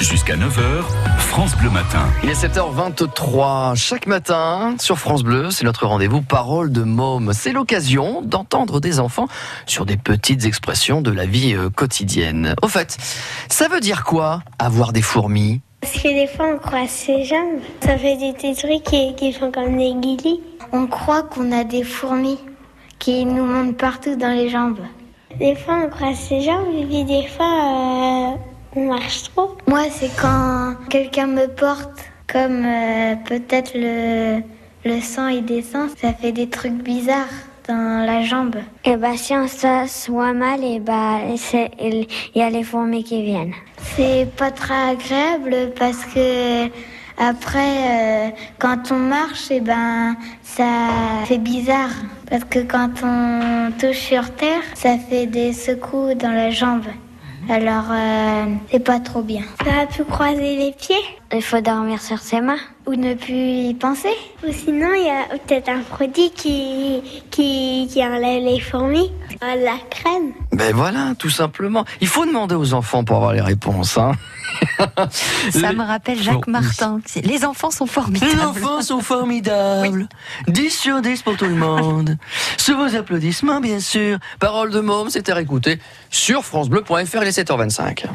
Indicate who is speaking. Speaker 1: Jusqu'à 9h, France Bleu Matin.
Speaker 2: Il est 7h23. Chaque matin, sur France Bleu, c'est notre rendez-vous Parole de Môme. C'est l'occasion d'entendre des enfants sur des petites expressions de la vie euh, quotidienne. Au fait, ça veut dire quoi avoir des fourmis
Speaker 3: Parce que des fois, on croise ses jambes. Ça fait des petits trucs qui, qui font comme des guillis.
Speaker 4: On croit qu'on a des fourmis qui nous montent partout dans les jambes.
Speaker 3: Des fois, on croise ses jambes et puis des fois, euh, on marche trop.
Speaker 4: Moi, c'est quand quelqu'un me porte, comme euh, peut-être le, le sang et des seins, ça fait des trucs bizarres dans la jambe.
Speaker 5: Et bah si on s'assoit mal, et bah c'est- il y a les fourmis qui viennent.
Speaker 4: C'est pas très agréable parce que après, euh, quand on marche, et ben ça fait bizarre. Parce que quand on touche sur terre, ça fait des secousses dans la jambe. Alors, euh, c'est pas trop bien.
Speaker 3: Ça a pu croiser les pieds.
Speaker 5: Il faut dormir sur ses mains.
Speaker 4: Ou ne plus y penser.
Speaker 3: Ou sinon, il y a peut-être un produit qui, qui, qui enlève les fourmis. Ah, La crème.
Speaker 2: Ben voilà, tout simplement. Il faut demander aux enfants pour avoir les réponses. Hein.
Speaker 6: Ça
Speaker 2: Les-
Speaker 6: me rappelle Jacques
Speaker 2: Bon,
Speaker 6: Martin. Les enfants sont
Speaker 2: Les
Speaker 6: formidables.
Speaker 2: enfants sont formidables. 10 sur 10 pour tout le monde. Sous vos applaudissements, bien sûr. Parole de môme, c'est à réécouter sur FranceBleu.fr, il est 7h25.